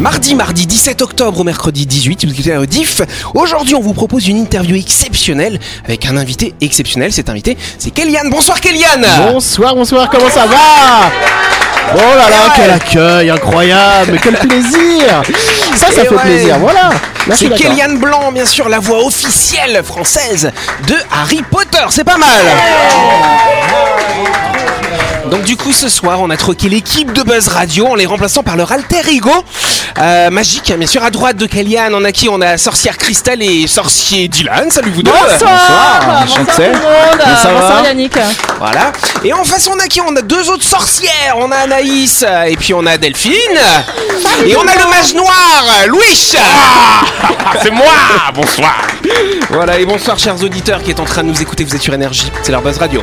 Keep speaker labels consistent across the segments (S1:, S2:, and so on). S1: Mardi, mardi 17 octobre au mercredi 18, vous écoutez la rediff. Aujourd'hui, on vous propose une interview exceptionnelle avec un invité exceptionnel. Cet invité, c'est Kéliane. Bonsoir Kéliane
S2: Bonsoir, bonsoir, comment ça va Oh là là, quel accueil incroyable, mais quel plaisir Ça, ça
S1: Et
S2: fait
S1: ouais.
S2: plaisir, voilà Là, je suis
S1: C'est
S2: d'accord.
S1: Kéliane Blanc, bien sûr, la voix officielle française de Harry Potter. C'est pas mal Donc du coup ce soir on a troqué l'équipe de Buzz Radio en les remplaçant par leur alter ego euh, magique hein, bien sûr à droite de Kéliane on a qui on a sorcière Cristal et sorcier Dylan salut vous deux
S3: Bonsoir, bonsoir tout le monde,
S2: ça va
S3: bonsoir Yannick.
S1: Voilà. Et en face, on a qui On a deux autres sorcières. On a Anaïs euh, et puis on a Delphine. Et on a le mage noir, euh, Louis.
S4: Ah, C'est moi Bonsoir
S1: Voilà. Et bonsoir, chers auditeurs qui est en train de nous écouter. Vous êtes sur Énergie. C'est leur buzz radio.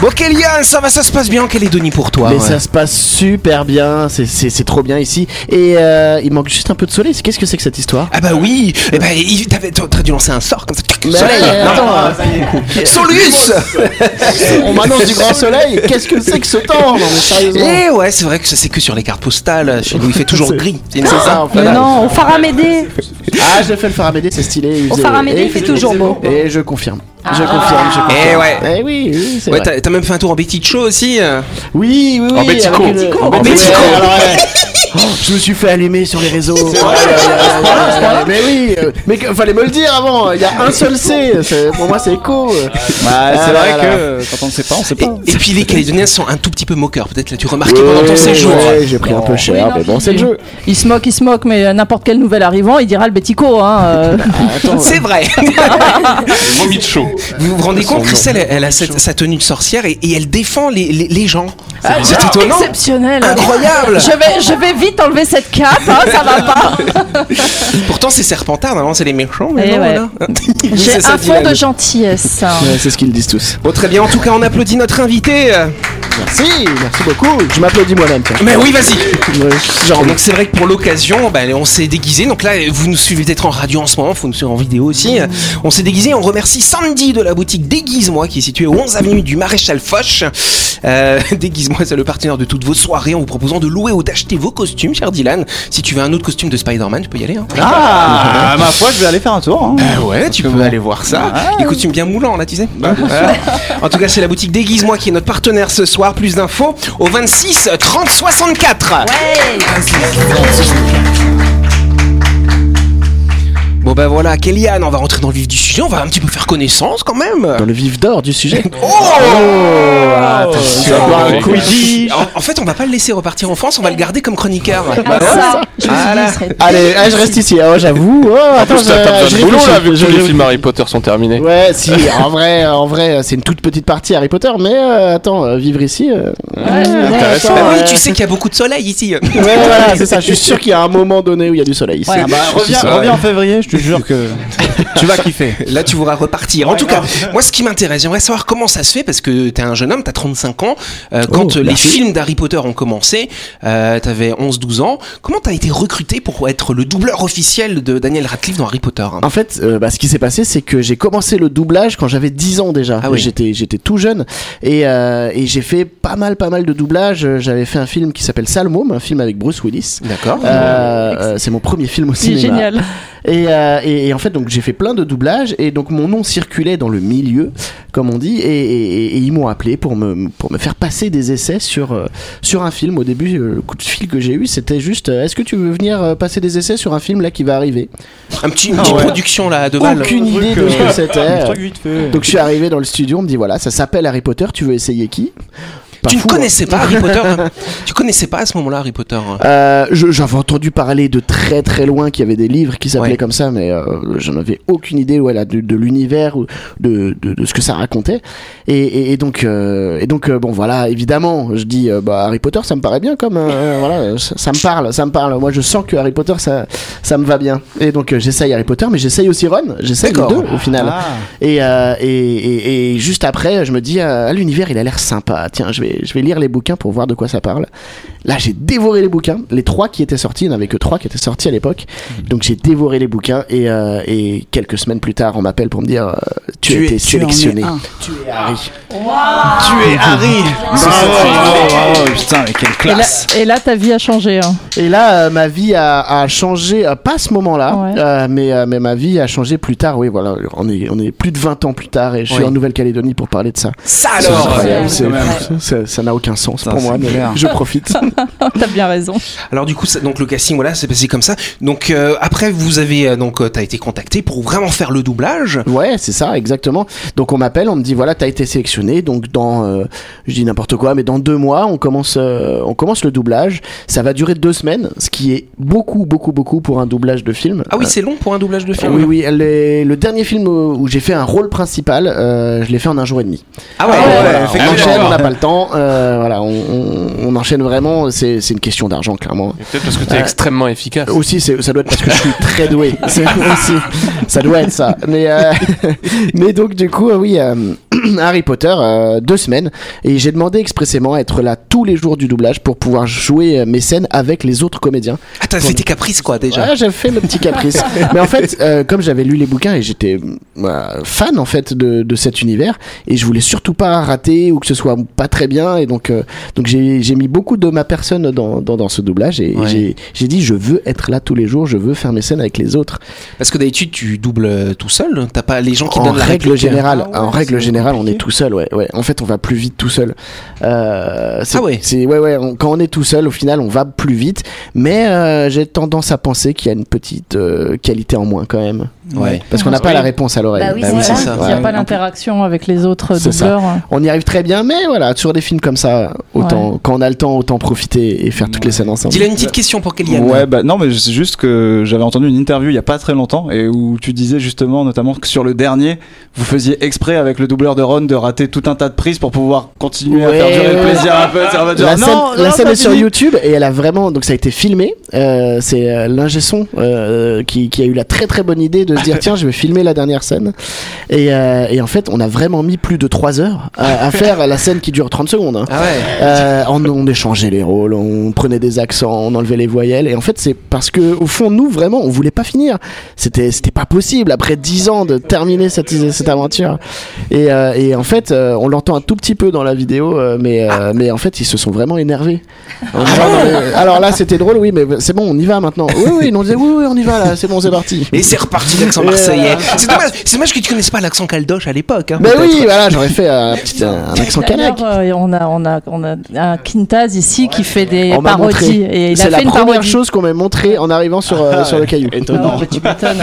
S1: Bon, Kélian, ça va, ça se passe bien en Calédonie pour toi.
S2: Mais
S1: Bah ouais.
S2: ça se passe super bien, c'est- c'est c'est trop bien ici. Et euh, il manque juste un peu de soleil, qu'est-ce que c'est que cette histoire
S1: Ah bah oui. Eh ben, il- t'avais- t'aurais dû lancer un sort comme ça. Tac, soleil.
S2: ouais,
S1: Non. Ah,
S2: attends,
S1: Solus.
S2: on m'annonce du grand soleil, qu'est-ce que c'est que ce temps Non mais sérieusement
S1: Eh ouais, c'est vrai que ça c'est que sur les cartes postales. Chez nous, il fait toujours
S2: C'est-
S1: gris. C'est une
S2: c'est ça, en fait.
S3: Mais non, au Faramédé.
S2: Ah, j'ai fait le Faramédé, c'est stylé. il
S3: Au
S2: faisait-
S3: Faramédé,
S2: et
S3: il fait toujours beau. Ah.
S2: Et je confirme. Je confirme, je confirme.
S1: Eh ouais.
S2: Eh oui, oui, c'est
S1: Ouais,
S2: vrai.
S1: t'as t'as même fait un tour en Betty Show aussi. euh.
S2: Oui, oui, oui.
S4: En Bético.
S2: avec le-
S4: En
S2: Ouais,
S1: Bético.
S2: alors, ouais. Oh, je me suis fait allumer sur les réseaux. Ouais, ouais, ouais, ouais, ouais, Mais oui, euh, mais que- fallait me le dire avant. Il y a un seul C. c'est- Pour moi, c'est écho.
S5: Bah,
S2: Ah
S5: c'est
S2: là
S5: vrai
S2: là.
S5: que euh, quand on ne sait pas, on sait
S1: Et,
S5: pas.
S1: et puis les Calédoniens sont un tout petit peu moqueurs, peut-être l'as-tu remarqué pendant ton séjour.
S2: Ouais, j'ai pris un peu cher, mais bon, c'est le jeu.
S3: Il se moque, il se moque, mais n'importe quel nouvel arrivant, il dira le bético. Hein, euh.
S1: C'est vrai.
S4: Vomi de chaud
S1: vous vous rendez compte, Christelle, elle, elle a cette- sa tenue de sorcière et, et elle défend les, les, les gens.
S2: Ah,
S1: C'est étonnant.
S3: Ah, Exceptionnel.
S1: Incroyable.
S3: Je vais, je vais vite enlever cette cape, hein, ça va pas.
S1: Pourtant, c'est Serpentard, normalement, c'est les méchants. Mais
S3: Eh
S1: non,
S3: ouais.
S1: voilà. Oui,
S3: J'ai
S1: c'est ça,
S3: un fond
S1: Dylan.
S3: de gentillesse. hein.
S2: Ouais, c'est ce qu'ils disent tous.
S1: Bon, très bien. En tout cas, on applaudit notre invité. euh.
S2: Merci, merci beaucoup. Je m'applaudis moi-même. tiens.
S1: Mais oui, vas-y.
S2: Ouais, Genre,
S1: Donc c'est vrai que pour l'occasion, ben, on s'est déguisé. Donc là, vous nous suivez peut-être en radio en ce moment, vous nous suivez en vidéo aussi. On s'est déguisé. On remercie Sandy de la boutique Déguise-moi qui est située au 11 avenue du Maréchal Foch. Euh, Déguise-moi, c'est le partenaire de toutes vos soirées en vous proposant de louer ou d'acheter vos costumes, cher Dylan. Si tu veux un autre costume de Spider-Man, tu peux y aller. Hein.
S5: Ah, ma foi, je vais aller faire un tour. hein.
S1: Ah ouais, tu peux aller voir ça. Les costumes bien moulants, là, tu sais. Voilà. En tout cas, c'est la boutique Déguise-moi qui est notre partenaire ce soir. Plus d'infos au 26 30 64. Bon ben voilà, Kéliane, on va rentrer dans le vif du sujet, on va un petit peu faire connaissance quand même.
S2: dans le vif d'or du sujet. Oh,
S5: Tu vas voir un Quidditch.
S1: En, en fait, on va pas le laisser repartir en France, on va le garder comme chroniqueur.
S3: Ah, ça, je me suis dit,
S1: Voilà.
S3: il serait-
S2: Allez, ah, je reste ici. Oh, j'avoue. Oh, attends,
S4: Attends, t'as pas
S2: je-
S4: besoin
S2: je
S4: de boulot là,
S2: réfléchis.
S4: vu que
S2: Je-
S4: tous les
S2: je-
S4: films Harry Potter sont terminés.
S2: Ouais, si, en vrai, euh, en vrai, c'est une toute petite partie Harry Potter, mais euh, attends, euh, vivre ici. euh, attends,
S4: intéressant.
S1: Bah oui,
S2: euh,
S1: tu sais qu'il y a beaucoup de soleil ici.
S2: Ouais, voilà, c'est ça. Je suis sûr qu'il y a un moment donné où il y a du soleil ici.
S5: Ouais, bah, reviens,
S4: ça,
S5: reviens
S4: ouais.
S5: en février, je te jure que tu vas kiffer.
S1: Là, tu voudras repartir. En tout cas, moi, ce qui m'intéresse, j'aimerais savoir comment ça se fait, parce que t'es un jeune homme, t'as 35 ans. Euh, quand
S5: Oh,
S1: euh, les films d'Harry Potter ont commencé, euh, t'avais 11-12 ans. Comment t'as été recruté pour être le doubleur officiel de Daniel Radcliffe dans Harry Potter hein
S2: En fait, euh, bah, ce qui s'est passé, c'est que j'ai commencé le doublage quand j'avais 10 ans déjà.
S1: Ah oui.
S2: J'étais j'étais tout jeune et, euh, et j'ai fait pas mal pas mal de doublages. J'avais fait un film qui s'appelle Salmôme, un film avec Bruce Willis.
S1: D'accord.
S2: Euh, euh, c'est mon premier film au
S3: C'est
S2: cinéma.
S3: génial.
S2: Et, euh, et, et en fait, donc j'ai fait plein de doublages et donc mon nom circulait dans le milieu, comme on dit, et, et- et ils m'ont appelé pour me pour me faire passer des essais sur euh, sur un film. Au début, euh, le coup de fil que j'ai eu, c'était juste, euh, est-ce que tu veux venir euh, passer des essais sur un film là qui va arriver
S1: Un petit, une petite production là de Val.
S2: Ah Aucune
S5: Un truc,
S2: idée de ce
S5: euh,
S2: que
S5: un
S2: c'était.
S5: truc vite fait.
S2: Donc je suis arrivé dans le studio, on me dit voilà, ça s'appelle Harry Potter, tu veux essayer qui pas
S1: tu ne
S2: fou, hein.
S1: connaissais pas Harry Potter Tu connaissais pas à ce moment-là Harry Potter hein.
S2: Euh, je- J'avais entendu parler de très très loin qu'il y avait des livres qui s'appelaient
S1: Ouais.
S2: comme ça, mais euh, je n'avais aucune idée voilà, de, de l'univers ou de, de, de ce que ça racontait. Et, et, et donc, euh, et donc euh, bon voilà, évidemment, je dis euh, bah, Harry Potter, ça me paraît bien comme euh, euh, voilà, euh, ça, ça me parle, ça me parle. Moi, je sens que Harry Potter, ça, ça me va bien. Et donc euh, j'essaye Harry Potter, mais j'essaye aussi Ron, j'essaye les
S1: D'accord.
S2: deux
S5: Ah.
S2: au final. Et, euh, et, et, et juste après, je me dis, euh, ah, l'univers, il a l'air sympa. Tiens, je vais, je vais lire les bouquins pour voir de quoi ça parle. Là, j'ai dévoré les bouquins. Les trois qui étaient sortis, il n'y en avait que trois qui étaient sortis à l'époque.
S5: Mhm.
S2: Donc, j'ai dévoré les bouquins. Et, euh, et quelques semaines plus tard, on m'appelle pour me dire, euh, tu, as
S5: Tu es-
S2: été
S5: tu en es
S2: sélectionné.
S5: un.
S2: Tu es Harry.
S5: Tu es Harry Bravo, bravo, bravo, putain, mais quelle
S3: Et là,
S5: classe
S3: et là, ta vie a changé. hein.
S2: Et là, euh, ma vie a, a changé, euh, pas à ce moment-là,
S3: Ouais.
S2: euh, mais, euh, mais ma vie a changé plus tard. Oui, voilà, on est, on est plus de 20 ans plus tard et je suis
S1: Oui.
S2: en Nouvelle-Calédonie pour parler de ça.
S1: Ça
S2: C'est
S1: alors
S2: incroyable,
S5: euh, ouais,
S2: c'est-
S5: quand même.
S2: c'est- Ça n'a aucun sens
S5: Putain,
S2: pour moi,
S5: c'est
S2: mais
S5: clair.
S2: je profite.
S3: T'as bien raison.
S2: Bah
S1: Alors du coup, ça- donc le casting, voilà, c'est passé comme ça. Donc euh, après, vous avez euh, donc euh, t'as été contacté pour vraiment faire le doublage.
S2: Ouais, c'est ça, exactement. Donc on m'appelle, on me dit voilà, t'as été sélectionné. Donc dans, euh, je dis n'importe quoi, mais dans deux mois, on commence, euh, on commence le doublage. Ça va durer deux semaines, ce qui est beaucoup, beaucoup, beaucoup pour un doublage de film.
S1: Ah oui,
S2: Euh,
S1: c'est long pour un doublage de film.
S2: oui, oui, les- le dernier film où où j'ai fait un rôle principal, euh, je l'ai fait en un jour et demi.
S1: Ah ouais.
S2: Ah ouais, voilà,
S4: Ah
S2: on
S4: oui,
S2: enchaîne,
S4: d'accord.
S2: on n'a pas le temps. euh, voilà, on, on- on enchaîne vraiment. C'est c'est une question d'argent, clairement.
S4: Et Peut-être parce que t'es
S2: Ah.
S4: extrêmement efficace.
S2: Aussi, c'est- ça doit être parce que je suis très doué. C'est aussi, ça doit être ça. Mais, euh, mais donc, du coup, euh, oui, euh, Harry Potter, euh, deux semaines. Et j'ai demandé expressément à être là tous les jours du doublage pour pouvoir jouer euh, mes scènes avec les autres comédiens.
S1: Ah, t'as fait tes caprices quoi déjà.
S2: Ouais, j'ai fait mes petits caprices. Mais en fait, euh, comme j'avais lu les bouquins et j'étais euh, fan en fait de, de cet univers, et je voulais surtout pas rater ou que ce soit pas très bien, et donc euh, donc j'ai j'ai mis beaucoup de ma personne dans dans, dans ce doublage et
S1: Ouais.
S2: j'ai j'ai dit je veux être là tous les jours, je veux faire mes scènes avec les autres.
S1: Parce que d'habitude, tu doubles euh, tout seul. T'as pas les gens qui
S2: en
S1: donnent la
S2: règle
S1: réplique.
S2: générale,
S1: Ah ouais,
S2: en règle
S1: c'est
S2: générale, on
S1: compliqué.
S2: est tout seul, ouais, ouais. En fait, on va plus vite tout seul. Euh, c'est-
S1: Ah ouais.
S2: C'est ouais, ouais. on- quand on est tout seul, au final, on va plus vite. Mais euh, j'ai tendance à penser qu'il y a une petite euh, qualité en moins quand même.
S1: Ouais.
S2: Parce qu'on n'a pas la réponse à l'oreille.
S6: Bah oui,
S1: Bah
S6: c'est
S1: oui,
S6: ça.
S1: c'est ça.
S3: Il n'y a
S2: Ouais.
S3: pas l'interaction avec les autres
S2: C'est ça.
S3: doubleurs. hein.
S2: On y arrive très bien, mais voilà, sur des films comme ça, autant quand on a le temps, autant profiter et faire toutes les scènes ensemble.
S1: Dylan, une petite question pour Kellyanne.
S5: Ouais, bah non, mais c'est juste que j'avais entendu une interview il y a pas très longtemps et où tu disais justement, notamment que sur le dernier, vous faisiez exprès avec le doubleur de Ron de rater tout un tas de prises pour pouvoir continuer à
S2: Ouais,
S5: faire durer
S2: ouais.
S5: le plaisir un peu. Ça va dire,
S2: La
S5: non,
S2: scène,
S5: non,
S2: la scène
S5: pas
S2: est sur
S5: fini.
S2: YouTube et elle a vraiment donc ça a été filmé. Euh, c'est euh, l'ingé son euh, qui, qui a eu la très très bonne idée de se dire tiens je vais filmer la dernière scène et, euh, et en fait on a vraiment mis plus de 3 heures à, à faire la scène qui dure 30 secondes. hein.
S1: Ah ouais.
S2: Euh, on, on échangeait les rôles, on prenait des accents, on enlevait les voyelles. Et en fait, c'est parce que, au fond, nous, vraiment, on voulait pas finir. C'était, c'était pas possible après 10 ans de terminer cette, cette aventure. Et, euh, et en fait, euh, on l'entend un tout petit peu dans la vidéo, euh, mais, euh, mais en fait, ils se sont vraiment énervés. En disant, non, mais- alors là, c'était drôle, oui, mais c'est bon, on y va maintenant. Oui, oui, on disait, oui, oui, on y va là, c'est bon, c'est parti.
S1: Et c'est reparti l'accent
S2: Et, euh,
S1: marseillais. C'est dommage, c'est dommage que tu connaisses pas l'accent caldoche à l'époque. Hein,
S2: Ben
S1: peut-être.
S2: oui, voilà, j'aurais fait euh, un, petit, un accent
S3: D'ailleurs,
S2: kanak.
S3: euh, on, a, on, a, on a un Quintaz ici qui fait des
S2: On m'a montré.
S3: parodies. Et il a
S2: C'est la
S3: fait une
S2: première
S3: parodie.
S2: chose qu'on m'a montré en arrivant sur, euh, sur le caillou.
S3: Ah ouais, bah, tu m'étonnes.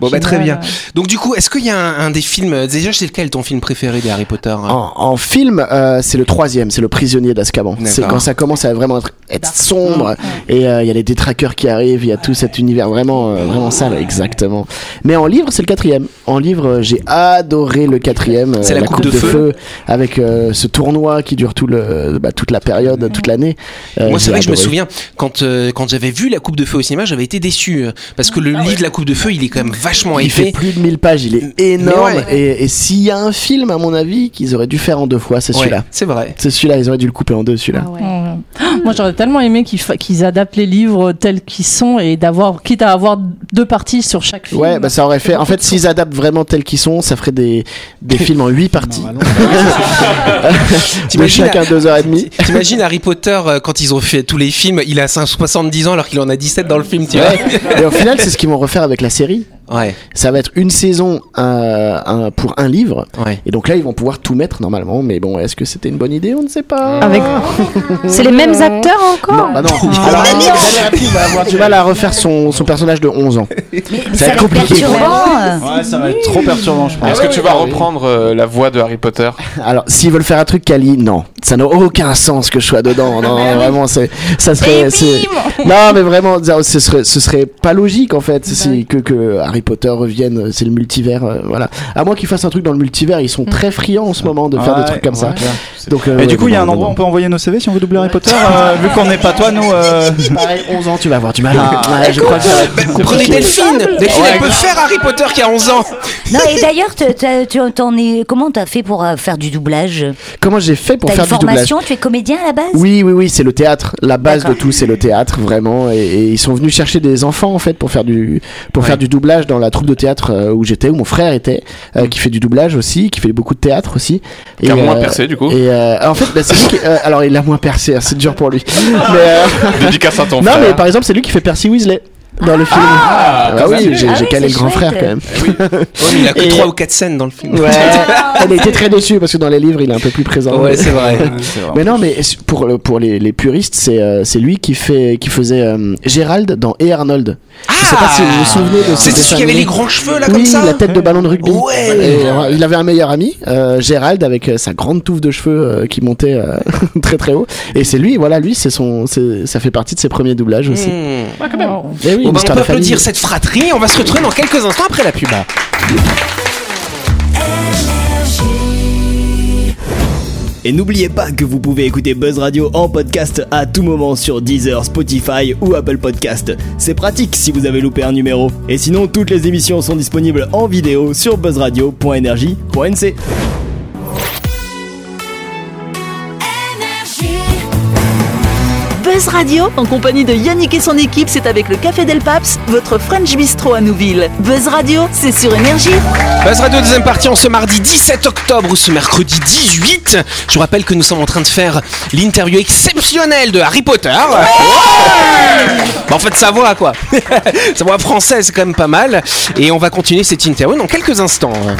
S1: Bon bah très bien.
S3: Génial.
S1: Donc du coup, est-ce qu'il y a un, un des films déjà c'est lequel ton film préféré des Harry Potter hein
S2: En, en film, euh, c'est le troisième, c'est le prisonnier d'Azkaban.
S1: D'accord.
S2: C'est quand ça commence à vraiment être, être
S3: Ah,
S2: sombre et euh, il y a les détraqueurs qui arrivent, il y a tout cet univers vraiment, euh, vraiment sale, exactement. Mais en livre, c'est le quatrième. En livre, euh, j'ai adoré le quatrième, euh,
S1: C'est la coupe de feu.
S2: avec euh, ce tournoi qui dure tout le, bah, toute la période, toute l'année. Euh,
S1: Moi, c'est
S2: j'ai
S1: vrai que je me
S2: adoré.
S1: souviens quand euh, quand j'avais vu la Coupe de Feu au cinéma, j'avais été déçu euh, parce que le lit de la Coupe de Feu, il est quand même vachement
S2: Il fait
S1: épais.
S2: plus de 1000 pages, il est énorme.
S1: ouais.
S2: Et, et s'il y a un film, à mon avis, qu'ils auraient dû faire en deux fois, c'est
S1: Ouais,
S2: celui-là.
S1: c'est vrai.
S2: C'est celui-là, ils auraient dû le couper en deux, celui-là.
S6: Ah ouais.
S3: Mm. Moi, j'aurais tellement aimé qu'ils fa- qu'ils adaptent les livres tels qu'ils sont et d'avoir, quitte à avoir deux parties sur chaque film.
S2: Ouais, bah ça aurait fait. En fait, s'ils adaptent vraiment tels qu'ils sont, ça ferait des, des films en 8 parties. de
S1: T'imagines
S2: chacun 2h30.
S1: T'imagines Harry Potter euh, quand ils ont fait tous les films, il a 5- 70 ans alors qu'il en a 17 dans le film, tu vois.
S2: Et au final, c'est ce qu'ils vont refaire avec la série.
S1: Ouais,
S2: Ça va être une saison euh, un- pour un livre.
S1: ouais.
S2: Et donc là, ils vont pouvoir tout mettre normalement. Mais bon, est-ce que c'était une bonne idée On ne sait pas. Ah.
S6: Avec- C'est les mêmes acteurs encore
S2: Non, bah non.
S6: Ah.
S2: Alors, Daniel Radcliffe va avoir du mal à refaire son, son personnage de 11 ans. Ça va être compliqué.
S6: perturbant.
S5: Ouais, ça va être trop perturbant, je pense.
S4: Est-ce que tu
S2: Ah ouais,
S4: vas
S2: ouais,
S4: reprendre euh, la voix de Harry Potter
S2: Alors, s'ils veulent faire un truc Kali, non. Ça n'a aucun sens que je sois dedans. Non, vraiment, c'est, ça serait. c'est- Non, mais vraiment, ça- ce serait, ce serait pas logique en fait si, que, que Harry Potter revienne. C'est le multivers, euh, voilà. À moins qu'ils fassent un truc dans le multivers, ils sont très friands en ce moment de faire des
S5: Ouais,
S2: trucs comme ça.
S5: ouais.
S2: Donc, euh,
S5: Et du
S2: ouais,
S5: coup, il y a
S2: non,
S5: un
S2: non,
S5: endroit où on
S2: non.
S5: peut envoyer nos CV si on veut doubler Harry Potter, euh, vu qu'on n'est pas toi, nous. euh,
S2: Pareil, 11 ans, tu vas avoir du mal.
S5: Ah,
S2: Ouais, je crois que ça va être
S1: Bah,
S2: compliqué.
S1: prenez Delphine Delphine, elle peut faire Harry Potter qui a 11 ans
S7: Non, et d'ailleurs, te- te- tu t'en es. Comment t'as fait pour euh, faire du doublage
S2: Comment j'ai fait pour
S7: T'as
S2: faire
S7: une
S2: du doublage
S7: formation Tu es comédien à la base
S2: Oui, oui, oui, c'est le théâtre. La base de
S7: D'accord.
S2: tout, c'est le théâtre, vraiment. Et, et ils sont venus chercher des enfants, en fait, pour faire du, pour faire du doublage dans la troupe de théâtre euh, où j'étais, où mon frère était, euh, qui fait du doublage aussi, qui fait beaucoup de théâtre aussi.
S4: Qui a
S2: Et,
S4: moins
S2: euh,
S4: percé, du coup.
S2: Et euh, en fait, bah, c'est lui qui. euh, alors, il a moins percé, hein, c'est dur pour lui. Mais, euh,
S4: Dédicace à ton
S2: non,
S4: frère.
S2: mais par exemple, c'est lui qui fait Percy Weasley dans le film. Ah,
S4: comme
S2: oui,
S4: ça, c'est-
S2: j'ai
S7: ah
S2: j'ai
S7: oui,
S2: calé
S7: c'est
S2: le grand
S7: chouette.
S2: frère quand même.
S1: Ouais, mais il a que
S2: Et-
S1: 3 ou 4 scènes dans le film.
S2: Ouais. Elle a été très déçue parce que dans les livres, il est un peu plus présent.
S1: Ouais, c'est vrai.
S2: Mais non, mais su- pour, le- pour les, les puristes, c'est euh, c'est lui qui, fait, qui faisait euh, Gérald dans Et Arnold. je sais pas si vous vous souvenez de ce
S1: Ah C'est
S2: dessin
S1: celui qui avait
S2: animé.
S1: les grands cheveux là comme
S2: Oui,
S1: ça
S2: la tête de ballon de rugby.
S1: Ouais.
S2: Et, euh, il avait un meilleur ami, euh, Gérald, avec euh, sa grande touffe de cheveux euh, qui montait euh, très très haut. Et c'est lui, voilà, lui, c'est son, c'est- ça fait partie de ses premiers doublages aussi.
S1: Hmm.
S3: Wow.
S2: Et Eh oui,
S1: Bon,
S2: une
S1: bah, on
S2: histoire
S1: peut
S2: de famille.
S1: applaudir cette fratrie, on va se retrouver dans quelques instants après la pub.
S8: Et n'oubliez pas que vous pouvez écouter Buzz Radio en podcast à tout moment sur Deezer, Spotify ou Apple Podcast. C'est pratique si vous avez loupé un numéro. Et sinon, toutes les émissions sont disponibles en vidéo sur buzzradio.energie.nc.
S9: Buzz Radio, en compagnie de Yannick et son équipe, c'est avec le Café Del Paps, votre French Bistro à Nouville. Buzz Radio, c'est sur Énergie.
S1: Buzz Radio deuxième partie en ce mardi 17 octobre ou ce mercredi 18. Je vous rappelle que nous sommes en train de faire l'interview exceptionnelle de Harry Potter. Bah, en fait, ça voix quoi. sa voix française, c'est quand même pas mal. Et on va continuer cette interview dans quelques instants. hein.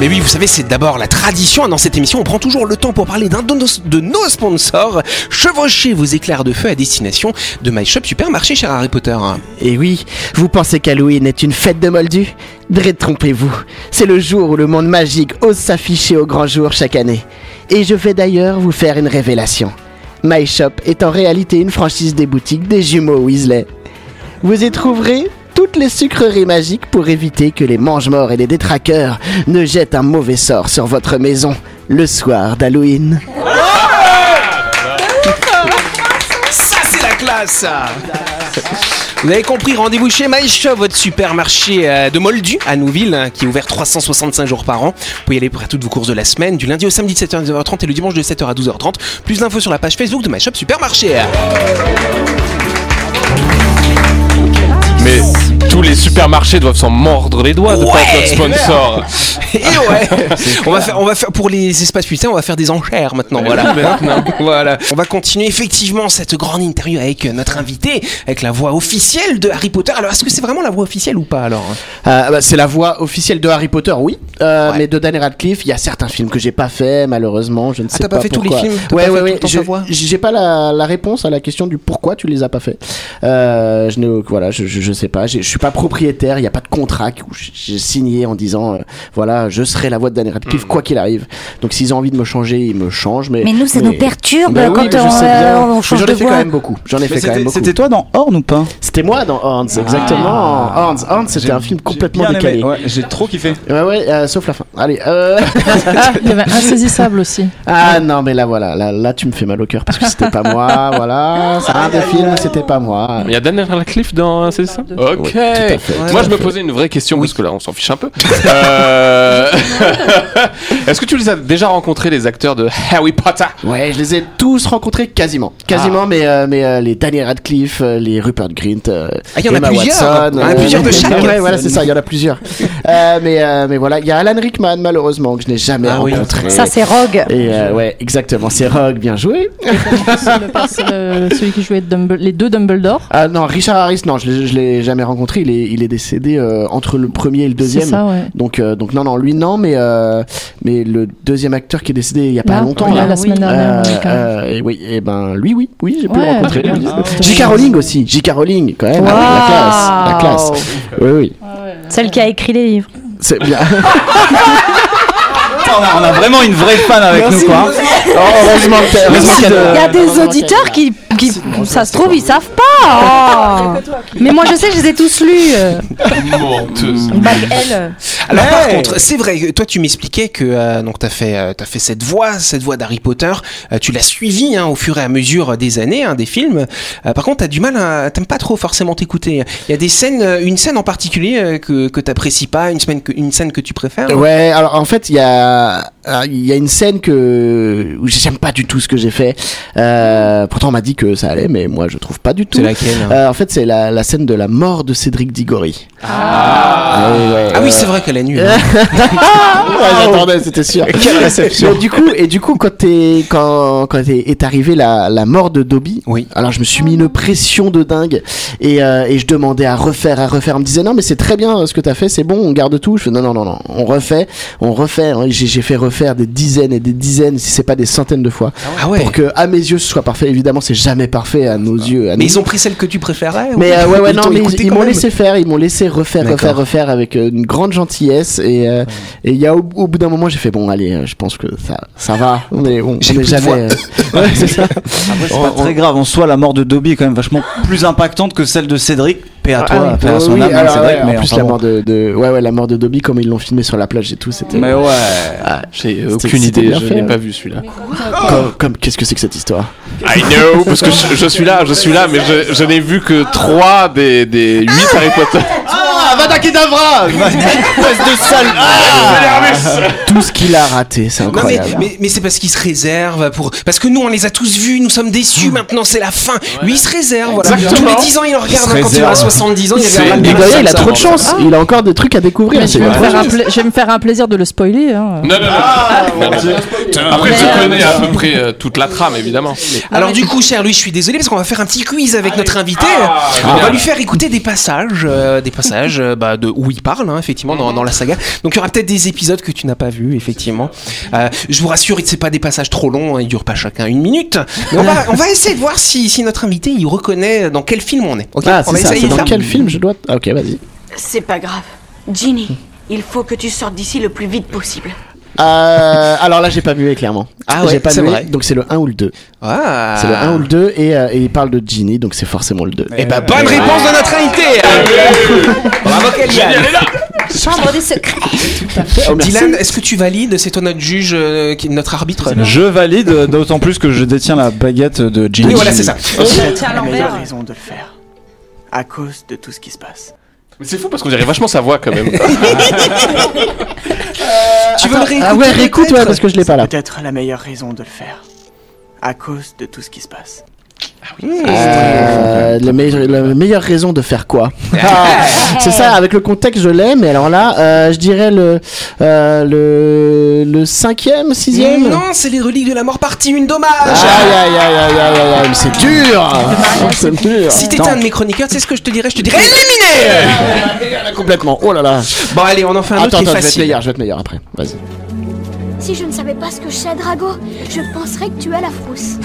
S1: Mais oui, vous savez, c'est d'abord la tradition. hein, Dans cette émission, on prend toujours le temps pour parler d'un de nos, de nos sponsors. Chevauchez vos éclairs de feu à destination de My Shop Supermarché, cher Harry Potter. hein.
S2: Et oui, vous pensez qu'Halloween est une fête de moldus Détrompez-vous. C'est le jour où le monde magique ose s'afficher au grand jour chaque année. Et je vais d'ailleurs vous faire une révélation. My Shop est en réalité une franchise des boutiques des jumeaux Weasley. Vous y trouverez toutes les sucreries magiques pour éviter que les mange-morts et les détraqueurs ne jettent un mauvais sort sur votre maison le soir d'Halloween.
S1: Ça, c'est la classe Vous avez compris, rendez-vous chez MyShop, votre supermarché euh, de Moldu à Nouville, hein, qui est ouvert 365 jours par an. Vous pouvez y aller pour toutes vos courses de la semaine, du lundi au samedi de 7h à 19h30 et le dimanche de 7h à 12h30. Plus d'infos sur la page Facebook de MyShop Supermarché.
S4: Mais tous les supermarchés doivent s'en mordre les doigts de pas être notre sponsor.
S1: Et ouais, on va faire, on va faire pour les espaces publics, on va faire des enchères maintenant.
S4: Ouais,
S1: Voilà,
S4: oui, maintenant.
S1: voilà. On va continuer effectivement cette grande interview avec euh, notre invité, avec la voix officielle de Harry Potter. Alors, est-ce que c'est vraiment la voix officielle ou pas alors
S2: Euh, bah, c'est la voix officielle de Harry Potter, oui. Euh,
S1: Ouais.
S2: Mais de Daniel Radcliffe, il y a certains films que j'ai pas fait, malheureusement. Je ne sais
S1: Ah, t'as pas fait tous les
S2: pourquoi.
S1: films T'as
S2: Ouais,
S1: pas
S2: ouais,
S1: fait tout le
S2: ouais,
S1: temps
S2: je-
S1: ta voix
S2: J'ai pas la, la réponse à la question du pourquoi tu les as pas fait. Euh, je ne, voilà, je, je, je sais pas. J'ai- Je suis pas propriétaire. Il y a pas de contrat où j- j'ai signé en disant, euh, voilà, je serai la voix de Daniel
S1: Mm.
S2: Radcliffe quoi qu'il arrive. Donc s'ils ont envie de me changer, ils me changent. Mais,
S7: Mais nous, ça nous perturbe
S2: Bah oui,
S7: quand
S2: je
S7: on,
S2: sais
S7: euh,
S2: bien.
S7: on
S2: Mais
S7: change
S2: J'en
S7: de
S2: ai fait quand
S7: voix.
S2: même beaucoup. J'en ai
S5: Mais
S2: fait quand
S5: c'était-
S2: même beaucoup.
S5: C'était toi dans Horn ou pas
S2: C'était moi dans Hans,
S1: Ah.
S2: exactement. Hans, Hans, c'était un film complètement
S5: Bien aimé,
S2: décalé.
S5: ouais, J'ai trop kiffé.
S2: Ouais, ouais, euh, sauf la fin. Allez, euh...
S3: Ah, il y avait Insaisissable aussi.
S2: Ah non, mais là voilà, là, là, tu me fais mal au cœur parce que c'était pas moi, voilà. C'est un des films, où c'était pas moi.
S4: Il y a Daniel Radcliffe dans. euh, C'est ça
S3: deux.
S4: Ok.
S1: Ouais,
S4: Moi,
S1: ouais.
S4: je me posais une vraie question parce que là, on s'en fiche un peu. Euh, Est-ce que tu les as déjà rencontrés les acteurs de Harry Potter
S2: Ouais, je les ai tous rencontrés quasiment. Quasiment,
S1: Ah.
S2: mais, euh, mais euh, les Daniel Radcliffe, euh, les Rupert Grint, euh,
S1: Ah, il y en a
S2: Emma
S1: plusieurs.
S2: Watson, euh,
S1: Il y en a plusieurs de chaque.
S2: Ouais, voilà, c'est ça, il y en a plusieurs. Euh, mais, euh, mais voilà, il y a Alan Rickman, malheureusement, que je n'ai jamais
S1: Ah oui.
S2: rencontré.
S7: Ça, c'est Rogue.
S2: Et euh, ouais, exactement, c'est Rogue, bien joué.
S3: Le perso- le- celui qui jouait Dumble- les deux Dumbledore.
S2: Ah non, Richard Harris, non, je l'ai- je l'ai jamais rencontré, il est, il est décédé euh, entre le premier et le
S3: C'est
S2: deuxième.
S3: ça, ouais.
S2: Donc, euh, donc non, non, lui non, mais, euh, mais le deuxième acteur qui est décédé il y a pas
S3: Là,
S2: longtemps.
S3: là,
S2: là.
S3: la semaine dernière. hein.
S2: Euh,
S3: ouais, quand même.
S2: euh, et oui, et ben lui, oui, oui, j'ai pu
S3: Ouais,
S2: le rencontrer.
S3: très bien.
S2: J.K. Rowling aussi, J.K. Rowling quand même, la classe, la classe. Oui, oui,
S6: Celle qui a écrit les livres.
S2: c'est bien.
S5: Putain, on a- on a vraiment une vraie fan avec nous, quoi.
S2: heureusement que- heureusement qu'il y a
S6: Il y a des
S2: heureusement
S6: auditeurs
S2: qu'il y a-
S6: qui, qui- ça se trouve, ils savent pas. oh. Mais moi, je sais, je les ai tous lus. euh.
S4: Menteuse.
S6: Bac L.
S1: Alors par
S5: Hey
S1: contre, c'est vrai, que toi tu m'expliquais que euh, donc t'as fait euh, t'as fait cette voix, cette voix d'Harry Potter, euh, tu l'as suivie hein, au fur et à mesure des années, hein, des films. Euh, par contre, t'as du mal, à- t'aimes pas trop forcément t'écouter. Il y a des scènes, euh, une scène en particulier euh, que que t'apprécies pas, une semaine que une scène que tu préfères.
S2: Ouais, alors en fait, il y a ah, il y a une scène que où j'aime pas du tout ce que j'ai fait. Euh, pourtant, on m'a dit que ça allait, mais moi, je trouve pas du tout.
S1: C'est laquelle hein
S2: Euh, en fait, c'est la, la scène de la mort de Cédric Diggory. Ah, oui, ouais,
S1: Ah oui,
S2: euh,
S1: c'est vrai qu'elle est nulle.
S2: Ah, ouais,
S1: oh.
S2: j'attendais, c'était sûr. Mais du coup, et du coup, quand t'es, quand, quand est, est arrivée la, la mort de Dobby,
S1: Oui.
S2: alors je me suis mis une pression de dingue et, euh, et je demandais à refaire, à refaire. On me disait non, mais c'est très bien euh, ce que t'as fait, c'est bon, on garde tout. Je fais non, non, non, non, on refait, on refait. hein. J'ai, j'ai fait refaire des dizaines et des dizaines, si c'est pas des centaines de fois,
S1: Ah ouais.
S2: pour que à mes yeux ce soit parfait. Évidemment, c'est jamais parfait à nos yeux. à
S1: Mais
S2: nous.
S1: ils ont pris celle que tu préférais. ou
S2: Mais euh, ouais, ouais,
S1: ils
S2: non,
S1: t'ont
S2: mais
S1: écouté
S2: ils, ils
S1: quand
S2: m'ont
S1: même
S2: laissé faire, ils m'ont laissé refaire,
S1: D'accord.
S2: refaire, refaire avec euh, une grande gentillesse. Et euh, et il y a au, au bout d'un moment, j'ai fait bon, allez, euh, je pense que ça, ça va. On est, on,
S1: J'ai
S2: on est
S1: plus de
S2: jamais. euh, ouais, c'est ça.
S5: Après, c'est
S2: On-
S5: pas
S2: on-
S5: très grave. En soi, la mort de Dobby est quand même vachement plus impactante que celle de Cédric. Paix à toi, paix à
S2: Euh,
S5: son
S2: oui,
S5: âme, hein,
S2: alors,
S5: Cédric.
S2: ouais,
S5: mais
S2: en plus
S5: enfin
S2: la
S5: bon.
S2: mort de, de- ouais, ouais, la mort de Dobby, comme ils l'ont filmé sur la plage et tout, c'était.
S5: Mais ouais.
S4: J'ai
S2: C'était-
S4: aucune
S2: c'était
S4: idée,
S2: bien
S4: je
S2: fait,
S4: n'ai
S2: hein.
S4: pas vu celui-là.
S1: oh.
S2: Comme, comme- qu'est-ce que c'est que cette histoire
S4: I know, parce que je, je suis là, je suis là, mais je, je n'ai vu que 3 des, des 8 Harry Potter.
S5: Ah, Vada Kedavra Espèce de sale.
S2: Tout ce qu'il a raté, c'est
S1: Non, mais,
S2: incroyable.
S1: mais, mais c'est parce qu'ils se réservent pour. Parce que nous, on les a tous vus, nous sommes déçus, maintenant c'est la fin. Lui, il se réserve, voilà.
S4: Exactement.
S1: Tous les 10 ans, il en regarde.
S5: se
S1: hein, quand il aura
S5: réserve.
S1: 70 ans, il
S4: C'est
S1: regarde.
S4: mais-
S2: Diggory,
S4: mais-
S2: il a trop de
S4: ça,
S2: chance.
S4: ça.
S2: Il a encore des trucs à découvrir.
S3: Mais je,
S2: c'est
S3: vais me
S2: vrai.
S3: faire un pla- je vais me faire un plaisir de le spoiler. hein.
S4: Non, non, non. Après, je connais à peu près euh, toute la trame, évidemment.
S1: Alors, du coup, cher Louis, je suis désolé parce qu'on va faire un petit quiz avec notre invité. on
S4: génial.
S1: va lui faire écouter des passages, euh, des passages euh, bah, de où il parle, hein, effectivement, dans, dans la saga. Donc, il y aura peut-être des épisodes que tu n'as pas vus, effectivement. Euh, je vous rassure, c'est pas des passages trop longs, hein, ils durent pas chacun une minute. Mais on va, on va essayer de voir si, si notre invité il reconnaît dans quel film on est. ok
S2: Ah,
S1: on
S2: c'est
S1: va
S2: ça.
S1: essayer
S2: C'est
S1: de
S2: dans
S1: faire-
S2: quel film je dois Ah, Ok, vas-y.
S10: C'est pas grave. Ginny, il faut que tu sortes d'ici le plus vite possible.
S2: Euh, alors là, j'ai pas mué clairement.
S1: Ah ouais,
S2: j'ai pas
S1: c'est
S2: mué,
S1: vrai.
S2: Donc c'est le 1 ou le 2.
S1: Ah.
S2: C'est le 1 ou le 2 et, euh, et il parle de Ginny, donc c'est forcément le Euh, 2.
S1: Eh ben, bonne réponse de notre invité Bravo, Kélian
S7: Chambre des secrets.
S2: Oh,
S1: Dylan, est-ce que tu valides C'est toi notre juge, euh, qui- notre arbitre
S5: Je valide, euh, d'autant plus que je détiens la baguette de Ginny.
S1: Oui, voilà, c'est ça.
S2: Ah,
S10: à
S11: la
S10: l'envers.
S11: meilleure raison de le faire. À cause de tout ce qui se passe.
S4: Mais c'est fou parce qu'on dirait vachement sa voix quand même.
S1: tu veux le réécouter
S2: Ah ouais, réécoute, ouais,
S1: peut-être
S2: parce que je l'ai pas là.
S11: Peut-être la meilleure raison de le faire. À cause de tout ce qui se passe.
S2: Euh, la, meilleure- la meilleure raison de faire quoi Ah, C'est ça, avec le contexte, je l'ai, mais alors là, euh, je dirais le, euh, le, le cinquième, sixième Ah,
S1: Non, c'est les reliques de la mort partie 1, dommage
S2: Aïe, aïe, aïe, aïe, aïe, aïe, aïe, mais c'est dur Ah, C'est dur
S1: Si t'étais
S5: donc-
S1: un de mes chroniqueurs, tu sais ce que je te dirais Je te dirais éliminé
S2: Complètement, oh là là
S1: Bon, allez, on en fait un
S2: Attends,
S1: autre qui
S2: attends,
S1: est
S2: je vais être
S1: facile.
S2: meilleur, je vais être meilleur après, vas-y.
S10: Si je ne savais pas ce que je sais, Drago, je penserais que tu as la frousse.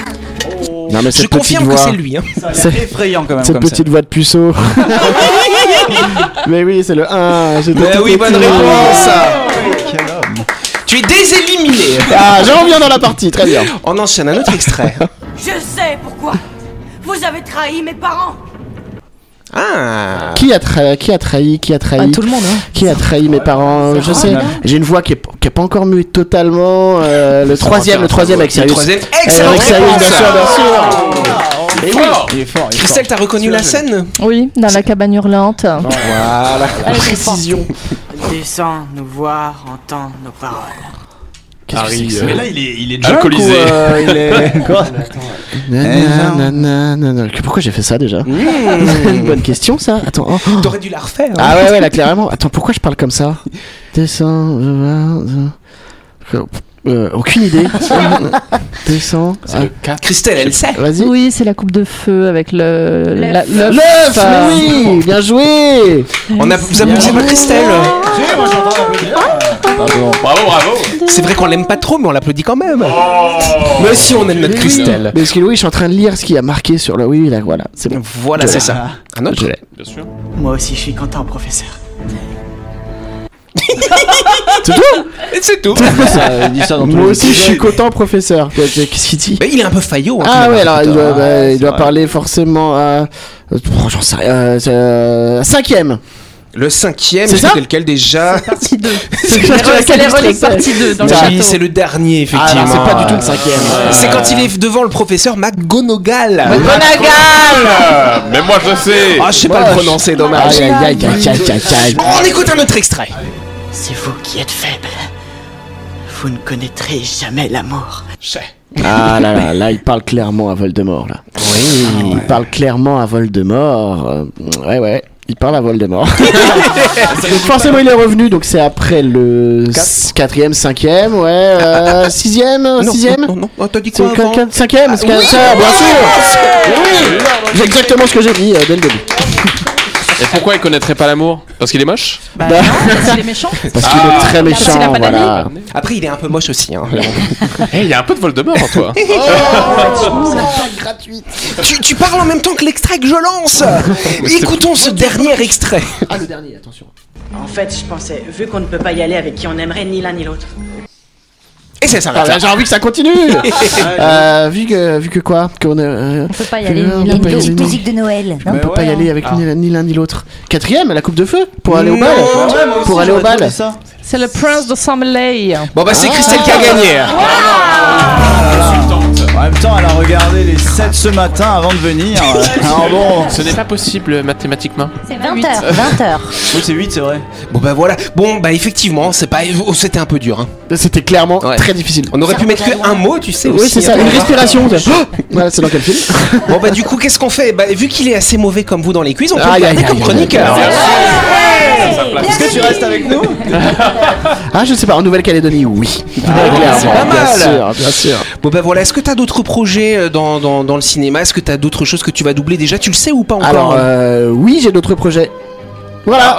S2: Non mais
S1: je
S2: cette petite
S1: confirme que
S2: voix,
S1: c'est lui. hein.
S5: C'est effrayant quand même.
S2: cette
S5: Comme ça.
S2: petite voix de puceau Mais oui, c'est le 1
S1: Mais oui, bonne réponse Tu es déséliminé
S2: Ah, je reviens dans la partie, très bien
S1: On enchaîne un autre extrait.
S10: Je sais pourquoi Vous avez trahi mes parents
S1: Ah
S2: Qui a, tra- qui a trahi Qui a trahi
S3: Ah, tout le monde, hein.
S2: Qui a trahi mes parents Je sais. J'ai une voix qui est, qui est pas encore muée totalement. euh, le troisième, le troisième avec
S1: Le
S2: Sirius.
S1: troisième,
S2: Euh,
S1: excellente
S2: avec Sirius,
S1: réponse.
S2: bien sûr, bien sûr.
S1: Et oui. Christelle, t'as reconnu la scène
S3: Oui, dans la cabane hurlante.
S1: Voilà.
S11: Précision. Descends, nous voir, entends nos paroles. c'est
S1: Harry,
S11: que
S1: euh,
S11: ça Mais là,
S12: il est, il est
S2: Ah,
S12: déjà
S2: coup,
S12: colisé.
S5: Oh,
S2: euh, il est- Quoi
S12: Euh,
S2: Nanananana. Pourquoi j'ai fait ça déjà Une bonne question ça. Attends. oh, oh.
S1: T'aurais dû la refaire.
S2: Ah ouais, ouais, là, clairement. Attends, pourquoi je parle comme ça Descends, je vais- je- Euh, aucune idée. Descends. Ah.
S1: Christelle, elle sait.
S2: Vas-y.
S3: Oui, c'est la coupe de feu avec le. la- l'œuf,
S2: L'œuf,
S3: euh,
S2: mais oui, bien joué.
S1: On a, vous applaudissez pas Christelle
S4: Bravo, bravo
S1: C'est vrai qu'on l'aime pas trop, mais on l'applaudit quand même.
S4: Oh.
S1: mais si on aime notre
S2: Mais oui.
S1: Christelle.
S2: Mais parce que oui, je suis en train de lire ce qui a marqué sur le. Oui, là, voilà. C'est bon.
S1: Voilà,
S2: Je
S1: c'est
S2: l'ai.
S1: ça. Un autre
S2: Ah. Je l'ai.
S4: Bien sûr.
S11: Moi aussi, je suis content, professeur.
S2: C'est tout
S1: C'est tout.
S5: Ça, il dit ça dans tous
S2: Moi
S5: les
S2: aussi, je suis
S5: épisodes.
S2: content, professeur. Qu'est-ce qu'il dit
S1: Mais il est un peu faillot. hein,
S2: Ah
S1: quand
S2: ouais,
S1: même,
S2: alors il
S1: putain.
S2: doit, bah, il doit
S1: vrai.
S2: parler forcément à. euh, oh, J'en sais rien. euh, c'est, euh, cinquième.
S1: Le cinquième,
S2: C'est ça
S1: c'est lequel déjà
S3: Partie 2.
S2: C'est la
S3: les reliques partie 2 dans le
S1: Oui,
S3: château.
S1: c'est le dernier,
S2: Ah,
S1: effectivement.
S2: alors, c'est pas du tout le cinquième.
S1: C'est quand il est devant le professeur McGonagall.
S4: Ah, Mais moi je sais
S1: Ah, je sais pas le prononcer, dommage.
S2: Aïe, aïe, aïe, aïe, aïe, aïe, aïe.
S1: Bon, Oh, on écoute un autre extrait.
S11: C'est vous qui êtes faible. Vous ne connaîtrez jamais l'amour.
S2: Ah là là, là, il parle clairement à Voldemort, là. Oui. Il parle clairement à Voldemort. euh, Ouais, ouais. Il parle à Voldemort. donc forcément il est revenu, donc c'est après le s- quatrième, cinquième, ouais, euh, sixième,
S1: Non,
S2: sixième.
S1: Non, non, t'as dit
S2: C'est
S1: quoi
S2: quel-
S1: avant
S2: quel- cinquième, c'est quel-
S1: oui.
S2: ça, bien sûr. Oui, c'est exactement ce que j'ai dit euh, dès le début.
S4: Et pourquoi il connaîtrait pas l'amour Parce qu'il est moche
S3: Bah, non, parce qu'il est méchant.
S2: Parce qu'il est très
S3: parce qu'il a
S2: méchant,
S3: pas d'amis.
S2: voilà.
S1: Après, il est un peu moche aussi. hein.
S4: Eh, il y a un peu de Voldemort en toi
S1: tu, tu parles en même temps que l'extrait que je lance. Écoutons ce dernier extrait.
S2: Ah le dernier, attention.
S11: En fait, je pensais, vu qu'on ne peut pas y aller avec qui on aimerait ni l'un ni l'autre.
S1: Et ça
S2: Ah,
S1: s'arrête
S2: bah,
S1: là.
S2: j'ai envie que ça continue. Euh, vu que vu que quoi, qu'on est, euh,
S7: On peut pas y
S2: que-
S7: aller.
S2: on
S7: Il y a
S2: peut
S7: une
S2: pas y
S7: petite
S2: aller, non.
S7: musique de Noël.
S2: On
S5: Eh
S2: peut pas y aller
S1: Ah.
S2: avec ni, ni l'un ni l'autre. Quatrième, la coupe de feu pour aller au bal.
S1: Non. Ouais,
S2: pour aller au bal.
S3: C'est le prince de Samelay.
S1: Bon, bah, c'est Christelle
S4: Ah.
S1: qui a gagné.
S5: En même temps, elle a regardé les 7 ce matin avant de venir. Alors bon,
S4: Ce n'est pas possible mathématiquement.
S7: C'est 20h. 20h.
S5: oui, c'est 8, c'est vrai.
S1: Bon, bah, voilà. Bon, bah, effectivement, c'est pas... oh, c'était un peu dur. hein.
S2: C'était clairement
S1: Ouais.
S2: très difficile.
S1: On aurait pu mettre que un mot, tu sais.
S2: Oui,
S1: aussi,
S2: c'est ça,
S1: hein.
S2: une respiration. Oh voilà, c'est dans quel film
S1: Bon, bah, du coup, qu'est-ce qu'on fait bah, Vu qu'il est assez mauvais comme vous dans les quiz, on peut
S2: Aïe,
S1: le garder
S2: aïe,
S1: comme
S2: aïe,
S1: chroniqueur.
S2: aïe,
S5: Est-ce que tu restes avec nous
S2: Ah, je sais pas, en Nouvelle-Calédonie, oui.
S1: Ah, c'est pas mal.
S2: Bien sûr, bien sûr.
S1: Bon, bah, voilà. Est-ce que t'as d'autres projets euh, dans, dans, dans le cinéma Est-ce que t'as d'autres choses que tu vas doubler déjà Tu le sais ou pas encore
S2: Alors, euh, oui, j'ai d'autres projets. Voilà.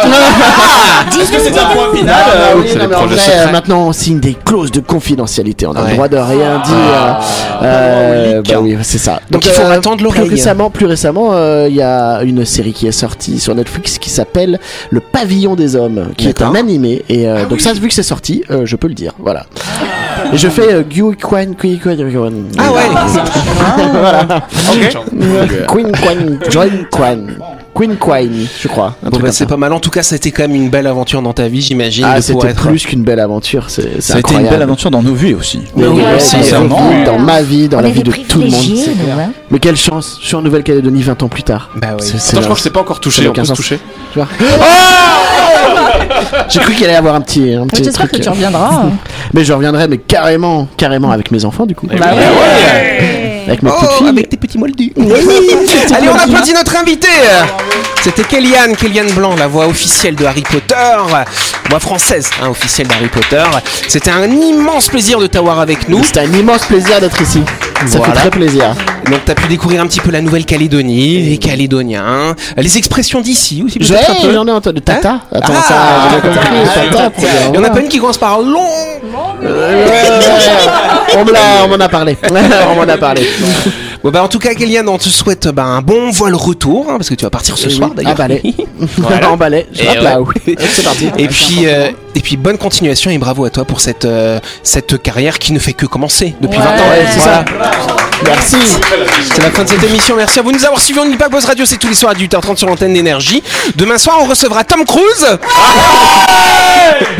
S5: Est-ce que c'est un point final
S2: Ah,
S5: euh,
S2: oui,
S4: c'est
S2: non,
S4: les
S2: mais en
S4: projets
S2: vrai,
S4: secrets.
S2: euh, maintenant on signe des clauses de confidentialité, on a
S1: Ouais. Ah.
S2: le droit de rien dire. euh, bah oui, c'est ça.
S1: Donc, il faut
S2: euh,
S1: attendre l'oreille.
S2: Plus récemment, plus récemment, euh, il y a une série qui est sortie sur Netflix qui s'appelle Le Pavillon des Hommes, qui est
S1: D'accord.
S2: un animé. Et
S7: Ah
S2: euh, donc ça, vu que c'est sorti, euh, je peux le dire. Voilà. Et je fais euh, Gyu Kwan Kui Kwan.
S1: Ah ouais
S2: Voilà.
S4: Ok.
S2: Queen Kwan, Join Kwan, Queen Kwan, je crois. Un
S1: Bon,
S2: truc
S1: bah,
S2: comme
S1: c'est
S2: ça.
S1: pas mal. En tout cas, ça a été quand même une belle aventure dans ta vie, j'imagine.
S2: Ah,
S1: de pouvoir
S2: c'était
S1: être-
S2: plus qu'une belle aventure. C'est c'est
S12: Ça a été une belle
S2: incroyable.
S12: aventure dans nos vies aussi.
S2: Mais
S1: Oui,
S2: ouais,
S1: aussi,
S2: sincèrement,
S12: vraiment.
S2: dans ma vie, dans
S7: On
S2: la
S7: est
S2: vie
S7: des
S2: de tout le monde.
S7: privilégiés, nous. hein.
S2: Mais quelle chance, je suis en Nouvelle-Calédonie 20 ans plus tard.
S1: Bah oui.
S2: C'est- c'est
S4: Attends, je
S2: là-
S4: crois que c'est pas encore touché,
S2: Ça n'a
S4: on peut
S2: aucun
S4: se
S2: sens.
S4: toucher.
S2: tu vois. J'ai cru qu'il allait y avoir un petit, un petit
S3: J'espère
S2: truc. euh,
S3: que tu reviendras.
S2: Mais je reviendrai, mais carrément, carrément avec mes enfants du coup.
S3: Bah ouais.
S2: Avec mes petites
S1: Oh,
S2: filles.
S1: avec tes petits moldus. Allez, on applaudit notre invité. C'était Kellyanne, Kellyanne Blanc, la voix officielle de Harry Potter, voix française, hein, officielle d'Harry Potter. C'était un immense plaisir de t'avoir avec nous.
S2: C'était un immense plaisir d'être ici. Ça
S1: Voilà.
S2: fait très plaisir.
S1: Donc, t'as pu découvrir un petit peu la Nouvelle-Calédonie, les Calédoniens, les expressions d'ici aussi.
S2: Je
S1: peut-être un peu.
S2: j'en ai entendu. Tata Attends,
S1: Ah,
S2: ça, j'ai bien compris.
S1: tata,
S2: Tata, pour dire
S1: Il
S2: au
S1: y en a
S2: revoir.
S1: pas une qui commence par long.
S2: Euh, Ouais, ouais, ouais. On me l'a- on m'en a parlé. On m'en a parlé.
S1: Bon, bah, en tout cas, Kellyanne, on te souhaite bah, un bon vol retour, hein, parce que tu vas partir ce
S2: Oui,
S1: soir
S2: oui.
S1: d'ailleurs.
S2: Ah, bah, allez. En balai.
S1: Et
S2: Hop là,
S1: ouais.
S2: oui. C'est parti.
S1: Et puis, euh, et puis bonne continuation et bravo à toi pour cette, euh, cette carrière qui ne fait que commencer depuis
S3: Ouais.
S1: 20 ans.
S2: Ouais, c'est
S1: Voilà. Merci. C'est la fin de cette émission. Merci à vous de nous avoir suivis. On n'y pas Buzz Radio, c'est tous les soirs à 18h30 sur l'antenne d'énergie. Demain soir, on recevra Tom Cruise.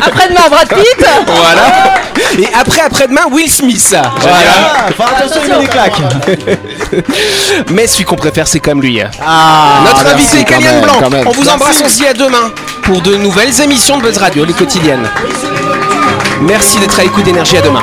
S13: Après-demain, Brad Pitt.
S1: Voilà. Et après, après-demain, Will Smith.
S5: Voilà. Faut attention, il met des claques.
S1: Mais celui qu'on préfère, c'est quand même lui. hein.
S5: Ah,
S1: Notre
S5: merci
S1: invité,
S5: quand
S1: Kalian
S5: même,
S1: Blanc.
S5: quand même.
S1: On vous
S2: Bah,
S5: Merci.
S1: embrasse, on se dit à demain pour de nouvelles émissions de Buzz Radio, les quotidiennes. Merci d'être à l'écoute d'énergie. À demain.